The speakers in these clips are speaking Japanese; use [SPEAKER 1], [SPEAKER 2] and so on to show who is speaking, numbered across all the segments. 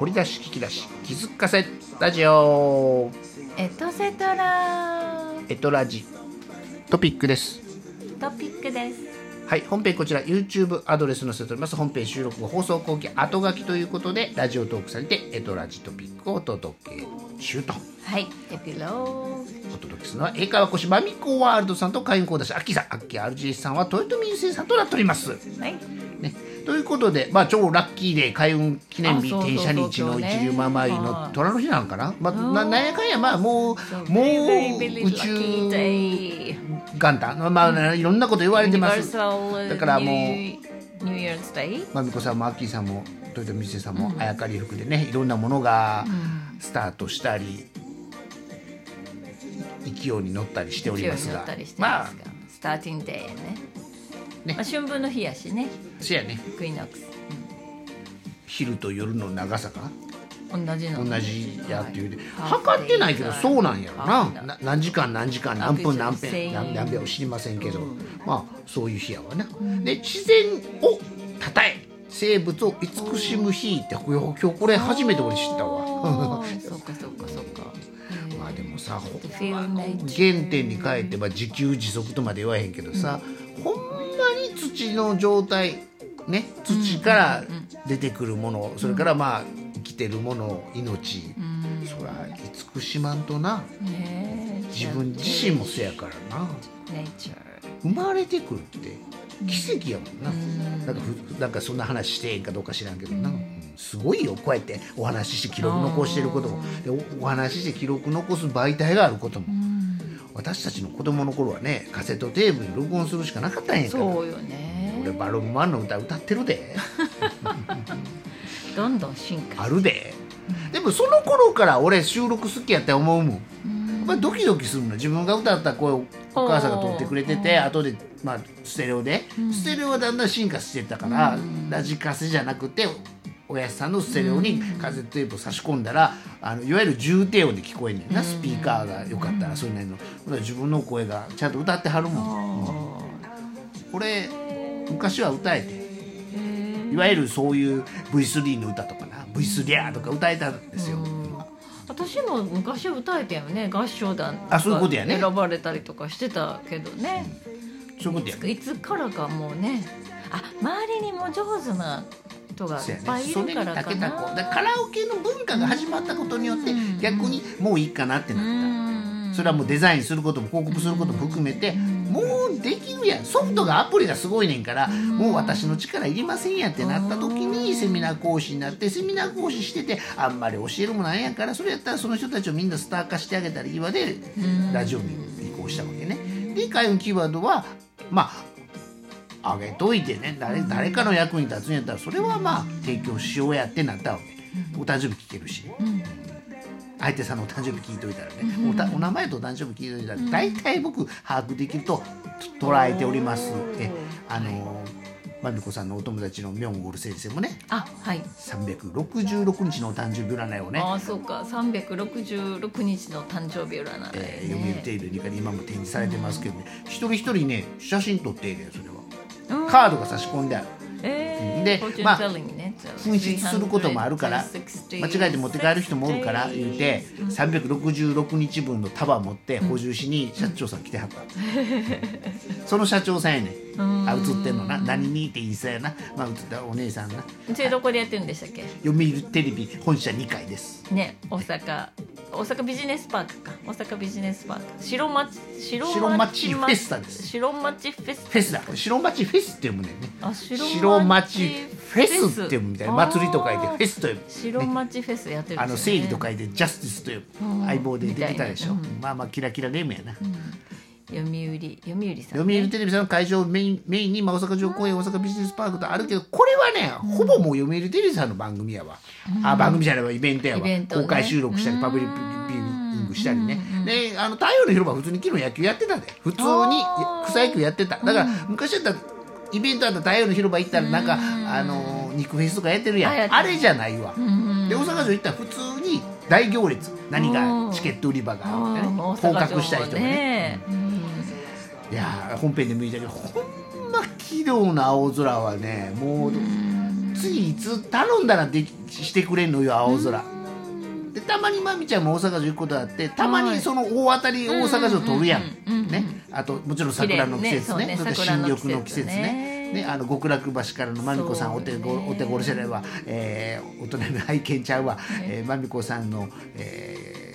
[SPEAKER 1] 掘り出し聞き出し気づかせラジオ
[SPEAKER 2] エトセトラ
[SPEAKER 1] エトラジトピックです
[SPEAKER 2] トピックです
[SPEAKER 1] はい本編こちら YouTube アドレス載せております本編収録後放送後期後書きということでラジオトークされてエトラジトピックをお届け中と
[SPEAKER 2] はいエピローグ
[SPEAKER 1] お届けするのは英会話講師マミコワールドさんと開運講座師アッキーさんアッキー RG さんはトヨトミンセイさんとなっております
[SPEAKER 2] はい
[SPEAKER 1] ね、ということで、まあ、超ラッキーで開運記念日
[SPEAKER 2] あそうそう
[SPEAKER 1] 転写日
[SPEAKER 2] そう
[SPEAKER 1] の
[SPEAKER 2] ね
[SPEAKER 1] 一粒万倍の
[SPEAKER 2] はい
[SPEAKER 1] 虎の日なんかな、まあ、ななんやかんや、まあ、もう
[SPEAKER 2] So
[SPEAKER 1] も
[SPEAKER 2] very,
[SPEAKER 1] う
[SPEAKER 2] very, very
[SPEAKER 1] 宇宙
[SPEAKER 2] lucky day
[SPEAKER 1] 元旦、まあいろんなこと言われてます。
[SPEAKER 2] Universal
[SPEAKER 1] だからもう
[SPEAKER 2] New New Year's Day
[SPEAKER 1] まみこさんもアッキーさんも豊田美生さんもあやかり服でねいろんなものがスタートしたり勢いに乗ったりしております
[SPEAKER 2] 乗
[SPEAKER 1] が
[SPEAKER 2] ったりして
[SPEAKER 1] ま
[SPEAKER 2] ま
[SPEAKER 1] あ
[SPEAKER 2] すが、スターティングデーね
[SPEAKER 1] ね
[SPEAKER 2] まあ、春分の日やしね
[SPEAKER 1] せやね
[SPEAKER 2] クイノックス
[SPEAKER 1] 昼と夜の長さが
[SPEAKER 2] 同じなの
[SPEAKER 1] 同じやっていうで、
[SPEAKER 2] はい
[SPEAKER 1] 測ってないけどそうなんやろな
[SPEAKER 2] はい
[SPEAKER 1] な何時間何時間何分何
[SPEAKER 2] 確実
[SPEAKER 1] 分
[SPEAKER 2] に
[SPEAKER 1] 何何秒知りませんけど、まあそういう日やわな、で自然をたたえ生物を慈しむ日って今日これ初めて俺知ったわ
[SPEAKER 2] あーそうかそうかそうか
[SPEAKER 1] まあでもさほん
[SPEAKER 2] フィールナイチ
[SPEAKER 1] 原点に帰って、まあ、自給自足とまで言わへんけどさ、ほんまに土の状態ね土から出てくるものそれからまあ生きてるもの命、そりゃ慈しまんとな
[SPEAKER 2] ねえ
[SPEAKER 1] 自分自身もせやからな
[SPEAKER 2] Nature
[SPEAKER 1] 生まれてくるって奇跡やもんな,、なんかふなんかそんな話してええんかどうか知らんけどな、うんすごいよこうやってお話しして記録残してることもでおお話しして記録残す媒体があることも、私たちの子供の頃はねカセットテープに録音するしかなかったんやから
[SPEAKER 2] そうよね
[SPEAKER 1] 俺バロンマンの歌歌ってるで
[SPEAKER 2] どんどん進化
[SPEAKER 1] あるででもその頃から俺収録好きやって思うもんやっぱりドキドキするの自分が歌った声をお母さんが撮ってくれてて後で、まあ、ステレオで、ステレオはだんだん進化してったから、ラジカセじゃなくておやすさんのステレオにカセットテープを差し込んだらあのいわゆる重低音で聞こえんねんなスピーカーがよかったらそれなりのほんなら自分の声がちゃんと歌ってはるもんこれ昔は歌えていわゆるそういう V3 の歌とかな V3 とか歌えたんですよ、
[SPEAKER 2] 私も昔歌えてんよね合唱団
[SPEAKER 1] あそういうことやね
[SPEAKER 2] 選ばれたりとかしてたけどね
[SPEAKER 1] そういうことや
[SPEAKER 2] いつからかもうねあ周りにも上手な人がい
[SPEAKER 1] そう
[SPEAKER 2] っ
[SPEAKER 1] や
[SPEAKER 2] ぱ
[SPEAKER 1] ね、
[SPEAKER 2] いい
[SPEAKER 1] それ
[SPEAKER 2] る
[SPEAKER 1] に
[SPEAKER 2] から
[SPEAKER 1] た
[SPEAKER 2] か
[SPEAKER 1] けた子だから
[SPEAKER 2] な
[SPEAKER 1] カラオケの文化が始まったことによって逆にもういいかなって
[SPEAKER 2] う
[SPEAKER 1] なっ
[SPEAKER 2] ん
[SPEAKER 1] たそれはもうデザインすることも広告することも含めてもうできるやんソフトがアプリがすごいねんからもう私の力いりませんやってなった時にセミナー講師になってセミナー講師しててあんまり教えるもなんやからそれやったらその人たちをみんなスター化してあげたらいいわでラジオに移行したわけね。で開運キーワードはまああげといてね誰誰かの役に立つんやったらそれはまあ提供しようやってなったわけお誕生日聞けるし、相手さんのお誕生日聞いといたらね、おたお名前とお誕生日聞いといたら大体僕把握できるとと捉えておりますえあのまみこさんのお友達のミョンゴル先生もね
[SPEAKER 2] あはい
[SPEAKER 1] 366日のお誕生日占いをね
[SPEAKER 2] ああそうか366日の誕生日占い、ね
[SPEAKER 1] えー、読売テレビの中に今も展示されてますけどね一人一人ね写真撮っているよそれ
[SPEAKER 2] う
[SPEAKER 1] はカードが差し込んである
[SPEAKER 2] えー、
[SPEAKER 1] で
[SPEAKER 2] fortune
[SPEAKER 1] まあ
[SPEAKER 2] telling ね
[SPEAKER 1] 紛失することもあるから間違えて持って帰る人もおるから言うて366日分の束持って補充しに社長さん来てはった、その社長さんやねんあ映ってんのな何にって言いそうやな、まあ、映ったお姉さんな
[SPEAKER 2] それどこでやってるんでしたっけ
[SPEAKER 1] 読売テレビ本社2階です
[SPEAKER 2] ね大阪大阪ビジネスパークか大阪ビジネスパーク白町白
[SPEAKER 1] 白町フェスタです
[SPEAKER 2] 白町フェス
[SPEAKER 1] フェスだ白町フェスって読むねんね
[SPEAKER 2] あ白町
[SPEAKER 1] 白町フェスって読むみたいな祭りと書いてフェスと読む
[SPEAKER 2] 白町フェスやってるんですよね
[SPEAKER 1] あの正義と書いてジャスティスと呼ぶ相棒で出てたでしょ、まあまあキラキラネームやな、
[SPEAKER 2] 読売読売さん
[SPEAKER 1] 読売テレビさんの会場をメインメインに、まあ、大阪城公園大阪ビジネスパークとあるけどこれはねほぼもう読売テレビさんの番組やわ、あ番組じゃないわイベントやわ
[SPEAKER 2] イベントね
[SPEAKER 1] 公開収録したりパブリックビューイングしたりね、であの太陽の広場普通に昨日野球やってたで普通に草野球やってただから昔やったらイベントあったら太陽の広場行ったらなんか、あの肉フェスとかやってるやん
[SPEAKER 2] あ
[SPEAKER 1] あ
[SPEAKER 2] やってる
[SPEAKER 1] れじゃないわ、で大阪城行ったら普通に大行列何がチケット売り場があってね
[SPEAKER 2] 大
[SPEAKER 1] 降
[SPEAKER 2] 阪城
[SPEAKER 1] 格したい人がね
[SPEAKER 2] ね
[SPEAKER 1] いやー本編でも言いたけどほんま綺麗な青空はねもう次いつ頼んだらできしてくれんのよ青空、でたまにまみちゃんも大阪城行くことあってたまにその大当たり大阪城取るやん,、
[SPEAKER 2] うんうんうんうん
[SPEAKER 1] ね、あともちろん桜の季節ねそ
[SPEAKER 2] 綺麗ねそう
[SPEAKER 1] れ
[SPEAKER 2] ね
[SPEAKER 1] から新緑の季節ね
[SPEAKER 2] 桜の季節ね
[SPEAKER 1] ねあの極楽橋からのまみこさんお手ご、
[SPEAKER 2] そうね
[SPEAKER 1] お手ごろじゃないわ、えー、お隣の拝見ちゃうわ、えー、まみこさんの、え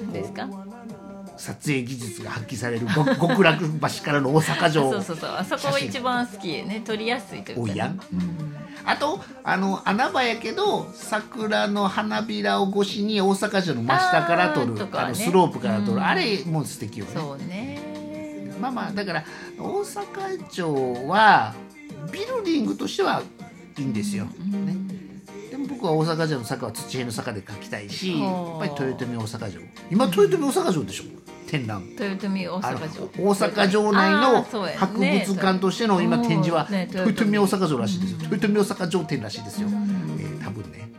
[SPEAKER 2] 何ですか
[SPEAKER 1] ー撮影技術が発揮されるご極楽橋からの大阪城
[SPEAKER 2] そうそうそうあそこ一番好きね撮りやすいというか
[SPEAKER 1] お
[SPEAKER 2] ね
[SPEAKER 1] いやん、あとあの穴場やけど桜の花びらを越しに大阪城の真下から撮る
[SPEAKER 2] あーとか
[SPEAKER 1] あ
[SPEAKER 2] ね
[SPEAKER 1] のスロープから撮る、
[SPEAKER 2] うん
[SPEAKER 1] あれも素敵よね
[SPEAKER 2] そうね
[SPEAKER 1] まあまあだから大阪城はビルディングとしてはいいんですよ、ね、でも僕は大阪城の坂は土塀の坂で描きたいしやっ
[SPEAKER 2] ほう
[SPEAKER 1] ぱり豊臣大阪城今豊臣大阪城でしょ展覧
[SPEAKER 2] 豊臣大
[SPEAKER 1] あの
[SPEAKER 2] 阪城
[SPEAKER 1] 大阪城内
[SPEAKER 2] あーそう
[SPEAKER 1] の
[SPEAKER 2] やね
[SPEAKER 1] 博物館としての今展示は
[SPEAKER 2] そうね
[SPEAKER 1] 豊臣大阪城らしいですよ豊臣大阪城展らしいですよ、えー多分ね、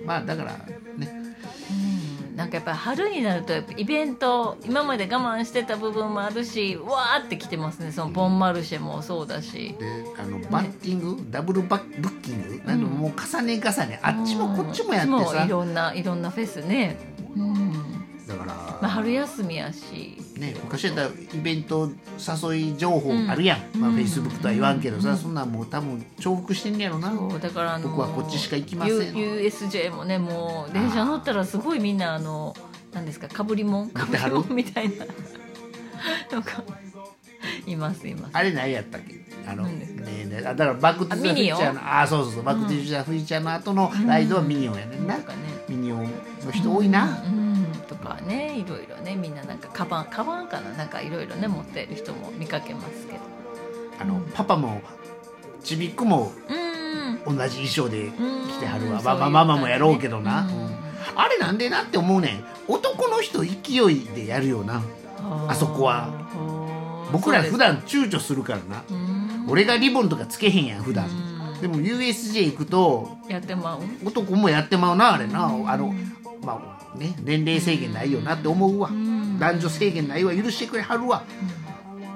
[SPEAKER 1] うんまあだからね
[SPEAKER 2] うんなんかやっぱり春になるとやっぱイベント今まで我慢してた部分もあるしわーって来てますねそのボンマルシェもそうだし
[SPEAKER 1] であのバッティング、ダブルバッブッキングなんでもう重ね重ねあっちもこっちもやって
[SPEAKER 2] うんこっちも
[SPEAKER 1] さ
[SPEAKER 2] いろんないろんなフェスね、うん
[SPEAKER 1] だから、
[SPEAKER 2] まあ、春休みやし
[SPEAKER 1] ね、昔やったらイベント誘い情報あるやん、まあ、フェイスブックとは言わんけどさ、そんなんもう多分重複してんねやろな
[SPEAKER 2] そうだからあの
[SPEAKER 1] 僕はこっちしか行きません
[SPEAKER 2] U- USJ もねもう電車乗ったらすごいみんなあの何ですかかぶりもんかぶ
[SPEAKER 1] て
[SPEAKER 2] り
[SPEAKER 1] はる
[SPEAKER 2] もんみたいな なんかいますいます
[SPEAKER 1] あれ何やったっけあの、
[SPEAKER 2] 何
[SPEAKER 1] ね
[SPEAKER 2] ですか
[SPEAKER 1] えねえあだからバックトゥザフューチャー
[SPEAKER 2] ミニ
[SPEAKER 1] のあそうそうそうバックトゥザフューチャーの後のライドはミニオンやねんな、
[SPEAKER 2] なんかね
[SPEAKER 1] ミニオンの人多いな、
[SPEAKER 2] うんとかねいろいろねみんななんかカバンカバンかななんかいろいろね持っている人も見かけますけど
[SPEAKER 1] あのパパもちびっ子も
[SPEAKER 2] うん
[SPEAKER 1] 同じ衣装で着てはるわ、
[SPEAKER 2] うん
[SPEAKER 1] まあまあ
[SPEAKER 2] そういう感じね
[SPEAKER 1] ママもやろうけどな、
[SPEAKER 2] うん
[SPEAKER 1] うんあれなんでなって思うねん男の人勢いでやるよな
[SPEAKER 2] あー
[SPEAKER 1] あそこは
[SPEAKER 2] あー
[SPEAKER 1] 僕ら
[SPEAKER 2] そう
[SPEAKER 1] 普
[SPEAKER 2] です
[SPEAKER 1] 段躊躇するからな
[SPEAKER 2] うん
[SPEAKER 1] 俺がリボンとかつけへんやん普段
[SPEAKER 2] うん
[SPEAKER 1] でも USJ 行くと
[SPEAKER 2] やってまう
[SPEAKER 1] 男もやってまうなあれなあのまあね年齢制限ないよなって思うわ
[SPEAKER 2] ん
[SPEAKER 1] 男女制限ないわ許してくれはるわ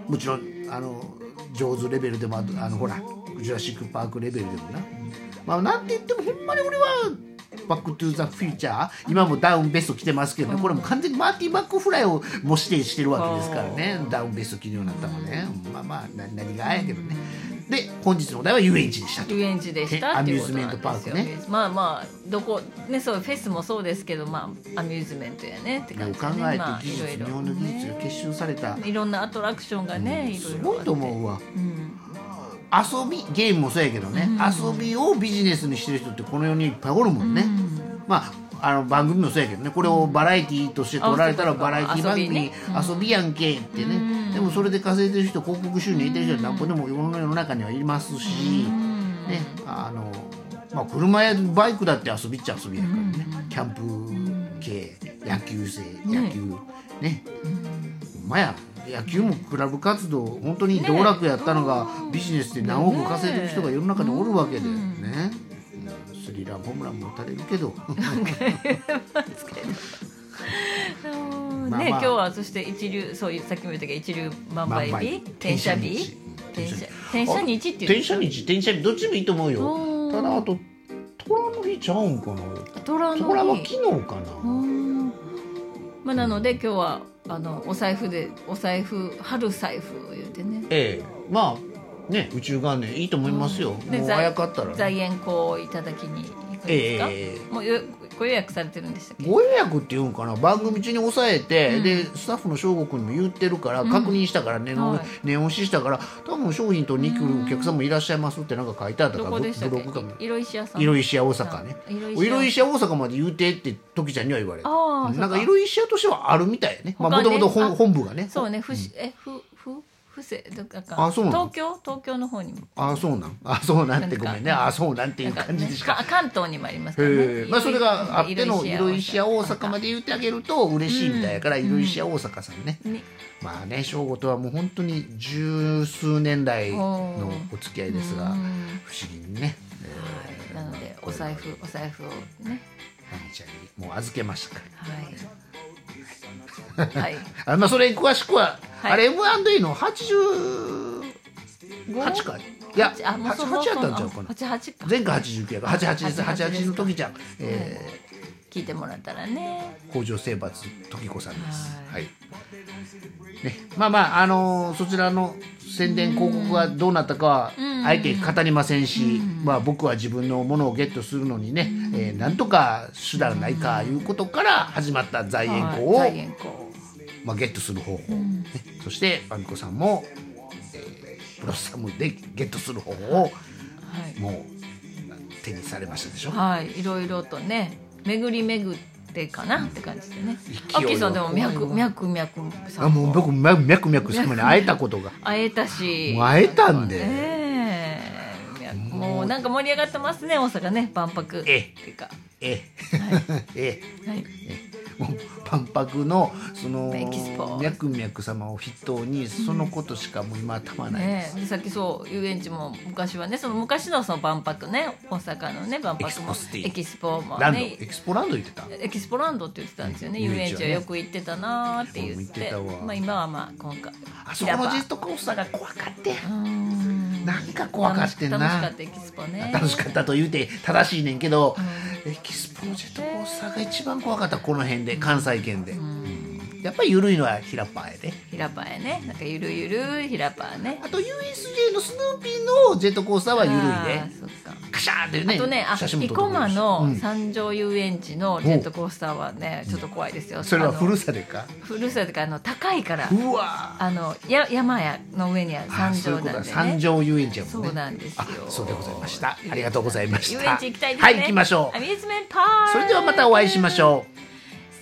[SPEAKER 1] もちろんあの上手レベルでもあとあのほらジュラシック・パークレベルでもなまあなんて言ってもほんまに俺はバック・トゥ・ザ・フューチャー今もダウンベスト着てますけどねこれも完全にマーティー・バックフライを模してしてるわけですからねダウンベスト着るようになったもんねまあまあな何があやけどねで本日のお題は遊園地でしたと
[SPEAKER 2] 遊園地でしたっていうことなん
[SPEAKER 1] アミューズメン
[SPEAKER 2] ですよ
[SPEAKER 1] トパークね
[SPEAKER 2] まあまあどこねそうフェスもそうですけどまあアミューズメントやねって
[SPEAKER 1] 考
[SPEAKER 2] 感じね
[SPEAKER 1] え
[SPEAKER 2] まあ
[SPEAKER 1] て技術
[SPEAKER 2] いろ
[SPEAKER 1] 日
[SPEAKER 2] いろ
[SPEAKER 1] 本の技術が結集された
[SPEAKER 2] いろんなアトラクションがねいろいろ
[SPEAKER 1] すごいと思うわ
[SPEAKER 2] う、うん、
[SPEAKER 1] 遊びゲームもそうやけどね、遊びをビジネスにしてる人ってこの世にいっぱいおるもんね、まああの番組もそうやけどねこれをバラエティーとして取られたら
[SPEAKER 2] あそうか
[SPEAKER 1] バラエティー番組
[SPEAKER 2] 遊びね
[SPEAKER 1] 遊びやんけってね、でもそれで稼いでる人広告収入得てる人は何個でも世の世の中にはいますし、ねあのまあ、車やバイクだって遊びっちゃ遊びやからね、キャンプ系野球生野球ねほんまや野球もクラブ活動本当に道楽やったのがビジネスで何億稼いでる人が世の中におるわけでねうんスリーランホームランも打たれるけど
[SPEAKER 2] うん
[SPEAKER 1] まあまあ
[SPEAKER 2] ね、今日はそして一流そういうさっきも言ったけど一流万倍
[SPEAKER 1] 万倍
[SPEAKER 2] 日転写日
[SPEAKER 1] 転
[SPEAKER 2] 転
[SPEAKER 1] 写
[SPEAKER 2] 写
[SPEAKER 1] 日
[SPEAKER 2] 転写日ってい
[SPEAKER 1] 転
[SPEAKER 2] う
[SPEAKER 1] 車日転車日どっちでもいいと思う
[SPEAKER 2] お
[SPEAKER 1] よ
[SPEAKER 2] ー
[SPEAKER 1] ただあと虎の日ちゃうんかな虎
[SPEAKER 2] 虎の
[SPEAKER 1] は
[SPEAKER 2] 日
[SPEAKER 1] 昨日か
[SPEAKER 2] う
[SPEAKER 1] なん
[SPEAKER 2] まあなので今日はあのお財布でお財布春財布言ってね
[SPEAKER 1] ええまあね宇宙元年いいと思いますよ
[SPEAKER 2] で
[SPEAKER 1] もうあやかったらね
[SPEAKER 2] 在園校をいただきに行くんですか、
[SPEAKER 1] え
[SPEAKER 2] もうよご予約されてるんでしたっけ
[SPEAKER 1] ご予約っていうんかな番組中に抑えて、でスタッフの翔吾君にも言ってるから、確認したからね、
[SPEAKER 2] はい
[SPEAKER 1] 念押ししたから多分商品取りに来るお客さんもいらっしゃいますってなんか書いてあった
[SPEAKER 2] ど
[SPEAKER 1] から
[SPEAKER 2] こ
[SPEAKER 1] ブ
[SPEAKER 2] でしたっ
[SPEAKER 1] ブロ
[SPEAKER 2] け
[SPEAKER 1] グかも
[SPEAKER 2] いろいしやさん
[SPEAKER 1] いろいしや大阪ね
[SPEAKER 2] いろいしや
[SPEAKER 1] いろいしや大阪まで言うてって時ちゃんには言われた
[SPEAKER 2] ああ
[SPEAKER 1] うんなんか
[SPEAKER 2] そうか
[SPEAKER 1] いろいしやとしてはあるみたいやねまあも
[SPEAKER 2] 他
[SPEAKER 1] と
[SPEAKER 2] ね
[SPEAKER 1] もと
[SPEAKER 2] あ
[SPEAKER 1] 本部がね
[SPEAKER 2] そうねふし、えふふふせどっか
[SPEAKER 1] あそうなの
[SPEAKER 2] 東京東京の方にも
[SPEAKER 1] ああそうなんあそうなんって
[SPEAKER 2] なん
[SPEAKER 1] ご
[SPEAKER 2] か
[SPEAKER 1] めんねああそうなんっていう
[SPEAKER 2] な
[SPEAKER 1] ん
[SPEAKER 2] か
[SPEAKER 1] 感じでしか
[SPEAKER 2] ね、か関東にもありますから
[SPEAKER 1] へ
[SPEAKER 2] ね
[SPEAKER 1] え、まあ、それがあっての
[SPEAKER 2] い
[SPEAKER 1] い
[SPEAKER 2] ろ
[SPEAKER 1] ろ
[SPEAKER 2] い
[SPEAKER 1] い
[SPEAKER 2] し
[SPEAKER 1] し
[SPEAKER 2] や
[SPEAKER 1] や
[SPEAKER 2] 大
[SPEAKER 1] 大
[SPEAKER 2] 阪
[SPEAKER 1] 阪まで言ってあげると嬉しいみたいやからいろいしや大阪さんね、
[SPEAKER 2] ね
[SPEAKER 1] まあね省吾とはもう本当に十数年来のお付き合いですが不
[SPEAKER 2] うん
[SPEAKER 1] 思議にね、えー
[SPEAKER 2] なのでお財布お財布をね
[SPEAKER 1] まみちゃんにもう預けましたか
[SPEAKER 2] はいはい
[SPEAKER 1] らあまあそれに詳しくは、
[SPEAKER 2] は い
[SPEAKER 1] あれ M&A の88回いや
[SPEAKER 2] あもうそ
[SPEAKER 1] 88やったんちゃう
[SPEAKER 2] こ
[SPEAKER 1] か
[SPEAKER 2] の
[SPEAKER 1] な
[SPEAKER 2] 八八か
[SPEAKER 1] 前回89やから88です
[SPEAKER 2] 88
[SPEAKER 1] 88
[SPEAKER 2] です
[SPEAKER 1] の時ちゃん、え
[SPEAKER 2] 聞いてもらったらね
[SPEAKER 1] ー、工場生罰時子さんです
[SPEAKER 2] は
[SPEAKER 1] はいい、ね、まあまああのーそちらの宣伝広告がどうなったかは
[SPEAKER 2] うん
[SPEAKER 1] あえて語りませんし、まあ、僕は自分のものをゲットするのにね、えーなんとか手段ないかいうことから始まった財源校を、
[SPEAKER 2] はい再現行
[SPEAKER 1] まあ、ゲットする方法、ねそしてバミコさんも、えー、ブロッサムでゲットする方法を
[SPEAKER 2] はい
[SPEAKER 1] もう手にされましたでしょ
[SPEAKER 2] はい、いろいろとね、巡り巡ってかなって感じでね。
[SPEAKER 1] 勢
[SPEAKER 2] ア
[SPEAKER 1] いが
[SPEAKER 2] キさんでも脈
[SPEAKER 1] 怖い
[SPEAKER 2] 脈脈さ
[SPEAKER 1] あ
[SPEAKER 2] ん
[SPEAKER 1] もう
[SPEAKER 2] も
[SPEAKER 1] 僕ま脈々様に会えたことが
[SPEAKER 2] 会えたし、
[SPEAKER 1] もう会えたんで
[SPEAKER 2] ねえ脈もうなんか盛り上がってますね大阪ね万博っ
[SPEAKER 1] え
[SPEAKER 2] て
[SPEAKER 1] え
[SPEAKER 2] いうか、
[SPEAKER 1] え ええ
[SPEAKER 2] はい、
[SPEAKER 1] えもう万博のその
[SPEAKER 2] エキスポ
[SPEAKER 1] 脈々様を筆頭にそのことしかもう今頭ないです、
[SPEAKER 2] ねえでさっきそう遊園地も昔はねその昔のその万博ね大阪のね万博も
[SPEAKER 1] エキスポシティ
[SPEAKER 2] エキスポも
[SPEAKER 1] ランド
[SPEAKER 2] ね
[SPEAKER 1] エキスポランド行ってた
[SPEAKER 2] エキスポランドって言ってたんですよね、
[SPEAKER 1] うん
[SPEAKER 2] 遊園地は
[SPEAKER 1] 遊園地はね
[SPEAKER 2] よく行ってたなーって言っ
[SPEAKER 1] 俺も行って
[SPEAKER 2] て
[SPEAKER 1] たわ
[SPEAKER 2] まあ、今はまあ今回
[SPEAKER 1] あそこのジェットコースターが怖かって
[SPEAKER 2] うーん
[SPEAKER 1] なんか怖かってんな
[SPEAKER 2] 楽しかったエキスポね
[SPEAKER 1] 楽しかったと言うて正しいねんけど、エキスポのジェットコースターが一番怖かったこの辺で関西圏で、やっぱり緩いのは平パーやで
[SPEAKER 2] 平場やねなんかゆるゆる平場やね
[SPEAKER 1] あと USJ のスヌーピーのジェットコースターは緩
[SPEAKER 2] あ
[SPEAKER 1] い
[SPEAKER 2] ーそっか
[SPEAKER 1] でカシャーって
[SPEAKER 2] あ
[SPEAKER 1] ね
[SPEAKER 2] とね、あ、
[SPEAKER 1] 写真も
[SPEAKER 2] 生
[SPEAKER 1] 撮ってくれ
[SPEAKER 2] 駒
[SPEAKER 1] るしう
[SPEAKER 2] の
[SPEAKER 1] ん
[SPEAKER 2] 三条遊園地のジェットコースターはね、ちょっと怖いですよ。
[SPEAKER 1] それは
[SPEAKER 2] あ
[SPEAKER 1] 古
[SPEAKER 2] の
[SPEAKER 1] さでか
[SPEAKER 2] 古さというか、あの高いから、
[SPEAKER 1] うわー
[SPEAKER 2] あのや山やの上にある
[SPEAKER 1] あー
[SPEAKER 2] 三
[SPEAKER 1] そういう
[SPEAKER 2] 条
[SPEAKER 1] こ
[SPEAKER 2] な
[SPEAKER 1] とだ
[SPEAKER 2] んで
[SPEAKER 1] 三
[SPEAKER 2] ね。
[SPEAKER 1] 条遊園地やもんね
[SPEAKER 2] そうなんですよ
[SPEAKER 1] あそうでございましたありがとうございまし
[SPEAKER 2] 遊
[SPEAKER 1] た
[SPEAKER 2] 園地行きたいです
[SPEAKER 1] は
[SPEAKER 2] ね。
[SPEAKER 1] い行きましょ
[SPEAKER 2] ア
[SPEAKER 1] う
[SPEAKER 2] ミューズメントパーク。
[SPEAKER 1] それではまたお会いしましょう